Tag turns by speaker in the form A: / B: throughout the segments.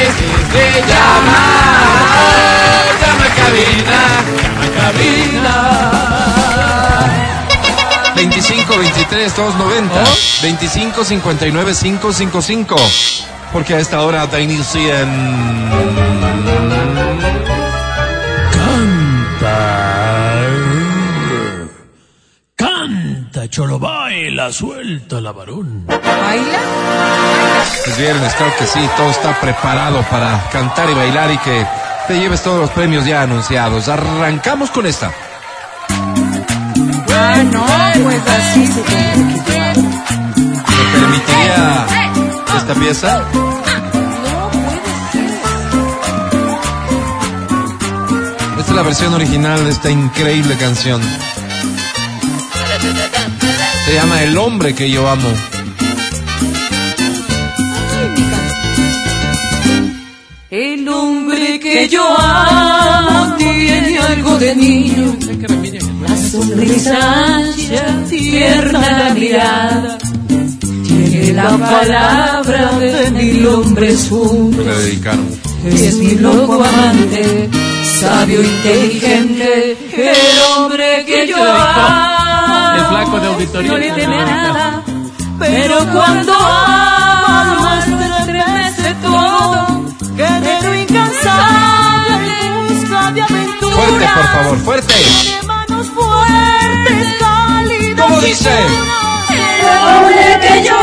A: que llama, llama cabina, llama cabina. 25 23 290 25 59 555 porque a esta hora da inicio en
B: Canta. Canta, cholo, baila, suelta la varón.
C: ¿Baila?
A: Es viernes, claro que sí, todo está preparado para cantar y bailar y que te lleves todos los premios ya anunciados. Arrancamos con esta.
C: Ah, no, pues así se tiene que llevar.
A: ¿Me permitiría esta pieza?
C: No puede
A: Esta es la versión original de esta increíble canción. Se llama El hombre que yo amo.
C: ser. El hombre que yo amo tiene algo de niño. La sonrisa ancha, tierna la mirada. Tiene la palabra de mil hombres
A: que Le
C: juntos.
A: dedicaron.
C: Es mi loco amante, sabio, inteligente, el hombre que yo amo.
B: El flaco de auditorio.
C: No le teme a nada, pero cuando ama más te estremece todo, que de lo incansable busca de aventura.
A: Fuerte, por favor, fuerte.
C: De manos fuertes, cálidas
A: ¿Cómo
C: y
A: dice?
C: puras. El hombre que yo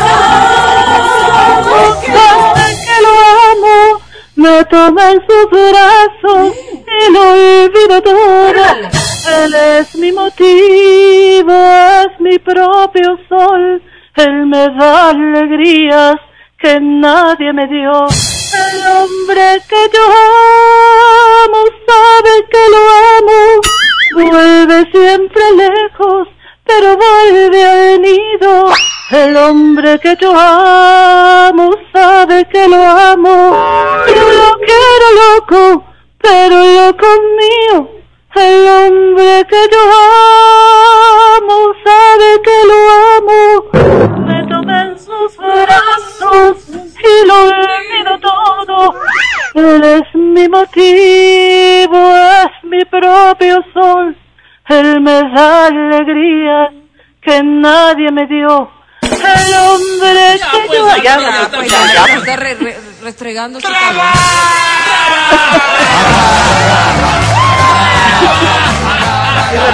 C: amo, que
D: Sabe que lo amo, me toma en sus brazos y lo olvido todo. Él es mi motivo, es mi propio sol. Él me da alegrías que nadie me dio. El hombre que yo amo sabe que lo amo. Vuelve siempre lejos, pero vuelve al nido. El hombre que yo amo sabe que lo amo. Yo lo quiero loco, pero loco mío. El hombre que yo amo sabe que lo amo. Me tomé en sus brazos y lo olvido todo. Él es mi motivo, es mi propio sol. Él me da alegría que nadie me dio. El hombre que yo
C: está re- re- restregando su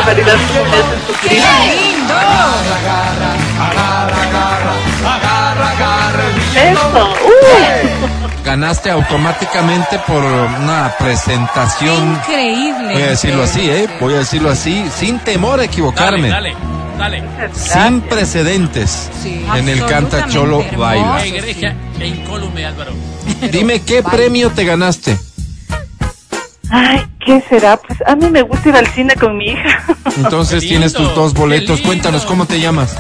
C: ¡Qué lindo!
D: Eso, uh.
A: Ganaste automáticamente por una presentación.
C: Increíble.
A: Voy a decirlo así, ¿eh? Voy a decirlo así, sin temor a equivocarme.
B: Dale, dale.
A: Sin precedentes
C: Sí.
A: en el Canta Cholo
C: Absolutamente
A: Baila.
C: hermoso.
B: Hey, Grecia, e incólume, Álvaro.
A: Dime qué premio te ganaste.
D: Ay, ¿qué será? Pues a mí me gusta ir al cine con mi hija.
A: Entonces
B: Qué
A: tienes
B: lindo,
A: tus dos
B: qué
A: boletos.
B: lindo.
A: Cuéntanos cómo te llamas.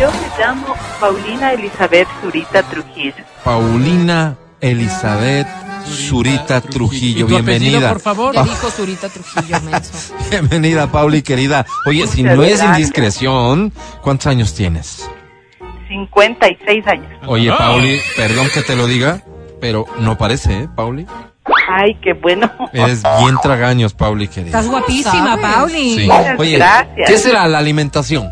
D: Yo me llamo Paulina Elizabeth Zurita Trujillo.
A: Paulina Elizabeth Zurita Trujillo.
B: ¿Y tu apellido,
A: Bienvenida. Ah,
B: por favor?
C: Le dijo Zurita Trujillo, menso.
A: Bienvenida, Pauli, querida. Oye, si
D: Muchas
A: no es
D: gracias.
A: indiscreción, ¿cuántos años tienes?
D: 56 años.
A: Oye,
B: Ah.
A: Pauli, perdón que te lo diga, pero no parece, ¿eh, Pauli?
D: Ay, qué bueno.
A: Eres bien tragaños, Pauli, querida.
C: Estás guapísima, Pauli.
A: Sí.
D: Muchas
A: Oye,
D: gracias.
A: ¿qué será la alimentación?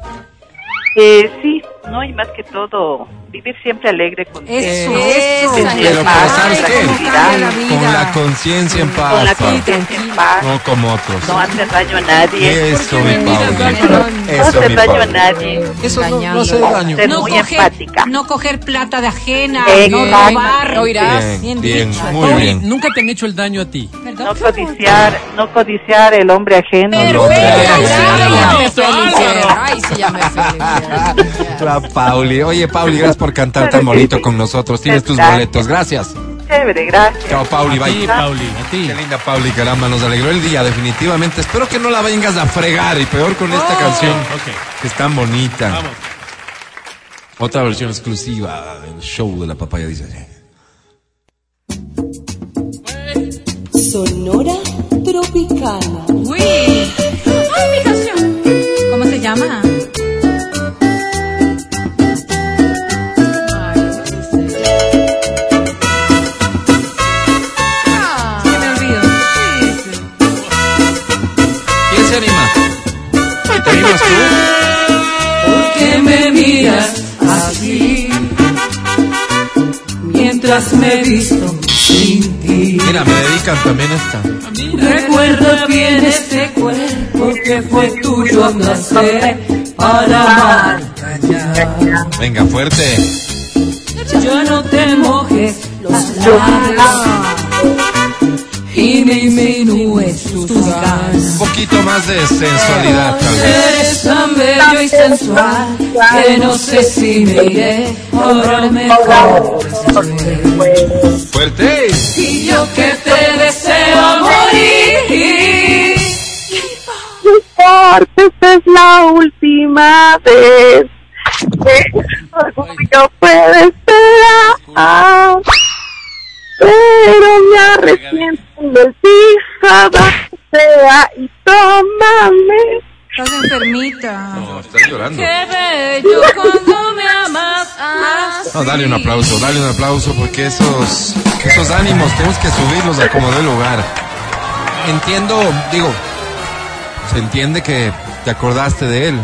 D: Eh, sí, no, y más que todo, vivir siempre alegre con
C: Eso,
D: Eso,
C: eso.
D: pero, pero ¿sabes
C: Ay,
D: qué?
C: cómo cambia la vida.
A: Con la conciencia en
D: con la
A: paz, Pauli.
D: conciencia en paz,
A: No como otros.
D: no hacer daño a nadie.
A: Eso, mi Pauli.
C: Perdón.
D: No
A: Eso,
D: hacer
A: mi
D: daño a
A: Pauli.
D: nadie.
A: Eso no, no
C: Engañando.
A: hace daño.
D: Ser muy empática.
C: no coger plata de ajena, no
D: Exacto.
C: robar.
E: Oirás.
A: Bien, bien,
C: dicho.
A: muy
B: Pauli,
A: bien.
B: Eh, Nunca te han hecho el daño a ti.
D: No codiciar, no codiciar el hombre ajeno.
C: Pero
A: Perfecto,
C: ay, ya me
B: bonito,
C: felicité.
B: Álvaro.
C: Ay, sí, ya me felicité.
A: La Pauli. Oye, Pauli, gracias por cantar tan bonito con nosotros. Tienes tus
D: Gracias.
A: boletos. Gracias.
D: Chévere, gracias.
A: Chao, Pauli.
B: a ti,
A: Bye.
B: Pauli, a ti.
A: Qué linda Pauli, caramba, nos alegró el día, definitivamente. Espero que no la vengas a fregar y peor con esta canción,
B: Ok,
A: que es tan bonita.
B: Oh. vamos.
A: Otra versión exclusiva del show de la papaya, dice así.
F: Sonora Tropicana.
C: Uy. Ay, mi canción. ¿Cómo se llama? Ay, no sé. días me he visto sin ti.
A: Mira, me dedican también esta.
C: Recuerda bien este cuerpo que fue tuyo al nacer para amar.
A: Venga, fuerte.
C: Ya no te mojes los labios y me insinúes tus
A: Un
C: ganas.
A: poquito más de sensualidad, tal vez.
C: Eres tan bello y sensual que no sé si me iré ahora me
A: Fuerte.
C: Y yo que te deseo morir.
D: Porque esta es la última vez. que Orgullo puede esperar. Pero me arrepiento de ti, jamás sea y tómame.
E: Estás enfermita.
A: No, estás llorando.
C: Qué bello cuando me amas. más.
A: No, dale un aplauso, dale un aplauso porque esos, esos ánimos tenemos que subirlos a como dé lugar. Entiendo, digo, se entiende que te acordaste de él.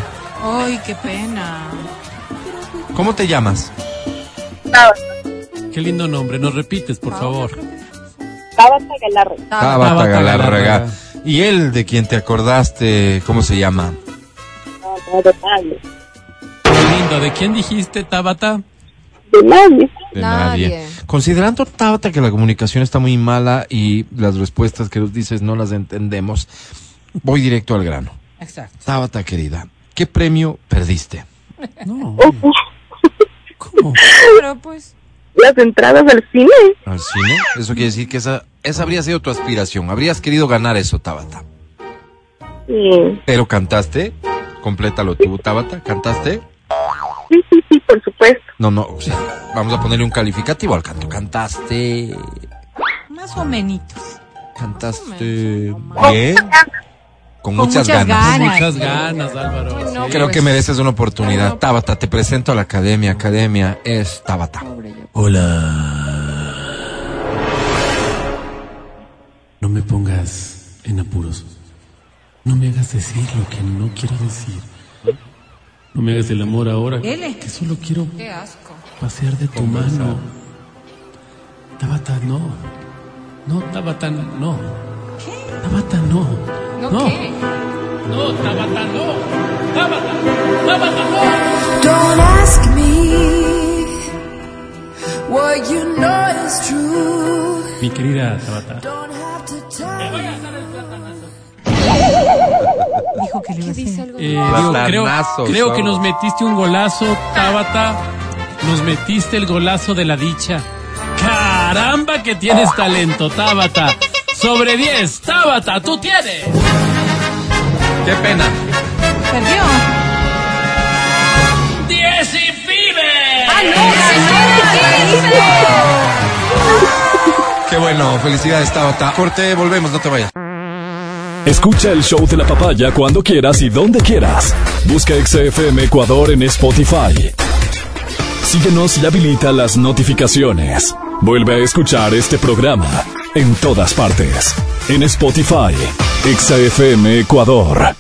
E: Ay, qué pena.
A: ¿Cómo te llamas?
B: Qué lindo nombre. Nos repites, por favor.
A: Tabata
B: Tabata
A: Galarraga.
B: Galarraga.
A: Y él de quien te acordaste, ¿cómo se llama?
B: Qué lindo. ¿De quién dijiste, Tabata?
D: De nadie.
A: De nadie.
E: Nadie.
A: Considerando, Tabata, que la comunicación está muy mala y las respuestas que nos dices no las entendemos, voy directo al grano.
E: Exacto.
A: Tabata, querida, ¿qué premio perdiste?
B: No. ¿Cómo?
E: Pero pues,
D: Las entradas al cine.
A: ¿Al cine? Eso quiere decir que esa, esa habría sido tu aspiración. Habrías querido ganar eso, Tabata.
D: Sí,
A: Pero cantaste, complétalo tú, Tabata, cantaste.
D: sí, sí, sí, por supuesto.
A: No, no, o sea, vamos a ponerle un calificativo al canto. Cantaste,
E: más o menitos.
A: cantaste bien, con muchas
E: muchas
A: ganas.
E: ganas.
B: Muchas ganas, Álvaro.
E: Ay, no,
B: Sí.
A: Creo
E: Pues-
A: que mereces una oportunidad. Tabata, te presento a la academia. Academia es Tabata.
B: Hola. No me pongas en apuros. No me hagas decir lo que no quiero decir. No me hagas el amor ahora.
E: Dele.
B: Que solo quiero
E: Qué asco.
B: pasear de tu mano. Tabata, no. No, Tabata, no. Tabata, no.
E: ¿No,
B: No,
E: qué?
B: no, Tabata, no. Tabata, Tabata, no.
C: Don't ask me what you know is true.
B: Mi querida Tabata.
C: Don't have to tell
E: Dijo que le iba a hacer.
B: Eh, digo, creo
A: Platanazos,
B: creo que
A: vamos.
B: nos metiste un golazo, Tabata. Nos metiste el golazo de la dicha. Caramba que tienes talento, Tabata. Sobre 10, Tabata, tú tienes.
A: Qué pena.
E: Perdió.
B: 10 y
E: ¡Ah,
B: pibe.
E: no! ¡Ganó!
A: Qué bueno. Felicidades, Tabata. Corte, volvemos, no te vayas.
G: Escucha el show de la papaya cuando quieras y donde quieras. Busca XFM Ecuador en Spotify. Síguenos y habilita las notificaciones. Vuelve a escuchar este programa en todas partes. En Spotify, XFM Ecuador.